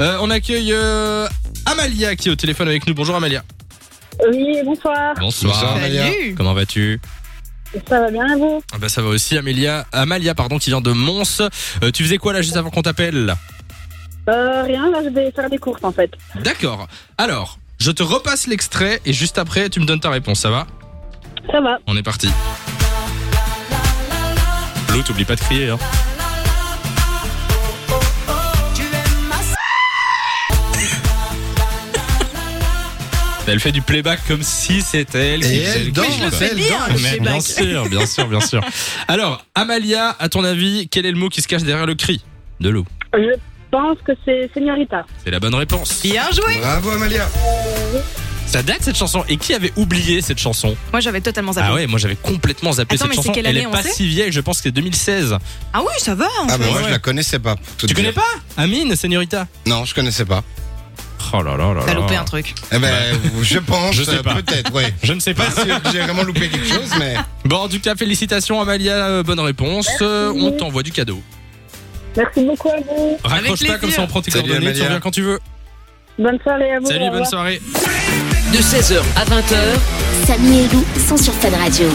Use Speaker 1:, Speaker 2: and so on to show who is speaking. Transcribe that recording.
Speaker 1: Euh, on accueille euh, Amalia qui est au téléphone avec nous. Bonjour Amalia.
Speaker 2: Oui, bonsoir.
Speaker 1: Bonsoir.
Speaker 3: Salut
Speaker 1: Comment vas-tu
Speaker 2: Ça va bien et vous
Speaker 1: Ah bah, Ça va aussi Amélia. Amalia pardon qui vient de Mons. Euh, tu faisais quoi là juste avant qu'on t'appelle
Speaker 2: euh, Rien, là je vais faire des courses en fait.
Speaker 1: D'accord. Alors, je te repasse l'extrait et juste après tu me donnes ta réponse, ça va
Speaker 2: Ça va.
Speaker 1: On est parti. Lou, t'oublies pas de crier hein. Bah, Elle fait du playback comme si c'était elle qui
Speaker 4: Et
Speaker 1: faisait
Speaker 4: elle
Speaker 1: le
Speaker 4: danse,
Speaker 1: clip,
Speaker 3: je le
Speaker 1: quoi.
Speaker 3: fais bien, le
Speaker 1: Mais bien
Speaker 3: playback.
Speaker 1: sûr, bien sûr, bien sûr. Alors, Amalia, à ton avis, quel est le mot qui se cache derrière le cri de loup
Speaker 2: Je pense que c'est Señorita.
Speaker 1: C'est la bonne réponse.
Speaker 3: Bien joué
Speaker 4: Bravo Amalia.
Speaker 1: Ça date cette chanson. Et qui avait oublié cette chanson
Speaker 3: Moi j'avais totalement zappé.
Speaker 1: Ah ouais, moi j'avais complètement zappé
Speaker 3: Attends,
Speaker 1: cette
Speaker 3: mais c'est
Speaker 1: chanson.
Speaker 3: quelle
Speaker 1: Elle
Speaker 3: année,
Speaker 1: est
Speaker 3: on
Speaker 1: pas
Speaker 3: sait
Speaker 1: si vieille, je pense qu'elle est 2016.
Speaker 3: Ah oui, ça va. en
Speaker 4: Ah
Speaker 3: fait.
Speaker 4: bah moi je
Speaker 1: ouais.
Speaker 4: la connaissais pas. pour tout
Speaker 1: Tu
Speaker 4: dire.
Speaker 1: connais pas Amine, Señorita
Speaker 4: Non, je connaissais pas.
Speaker 1: Oh là là là.
Speaker 3: T'as
Speaker 1: là.
Speaker 3: loupé un truc.
Speaker 4: Eh ben, je pense,
Speaker 1: Je sais
Speaker 4: euh,
Speaker 1: pas.
Speaker 4: peut-être, ouais.
Speaker 1: Je ne sais pas.
Speaker 4: Pas sûr que j'ai vraiment loupé quelque chose, mais
Speaker 1: Bon, en tout cas, félicitations Amalia, euh, bonne réponse. Euh, on t'envoie du cadeau.
Speaker 2: Merci beaucoup à vous.
Speaker 1: Raccroche pas
Speaker 3: plaisir.
Speaker 1: comme ça on prend tes
Speaker 4: Salut,
Speaker 1: coordonnées, tu
Speaker 4: Amalia.
Speaker 1: reviens quand tu veux.
Speaker 2: Bonne soirée à vous.
Speaker 1: Salut,
Speaker 2: au
Speaker 1: bonne
Speaker 2: revoir.
Speaker 1: soirée.
Speaker 5: De 16h à 20h,
Speaker 6: Samy et Lou sont sur Fun Radio.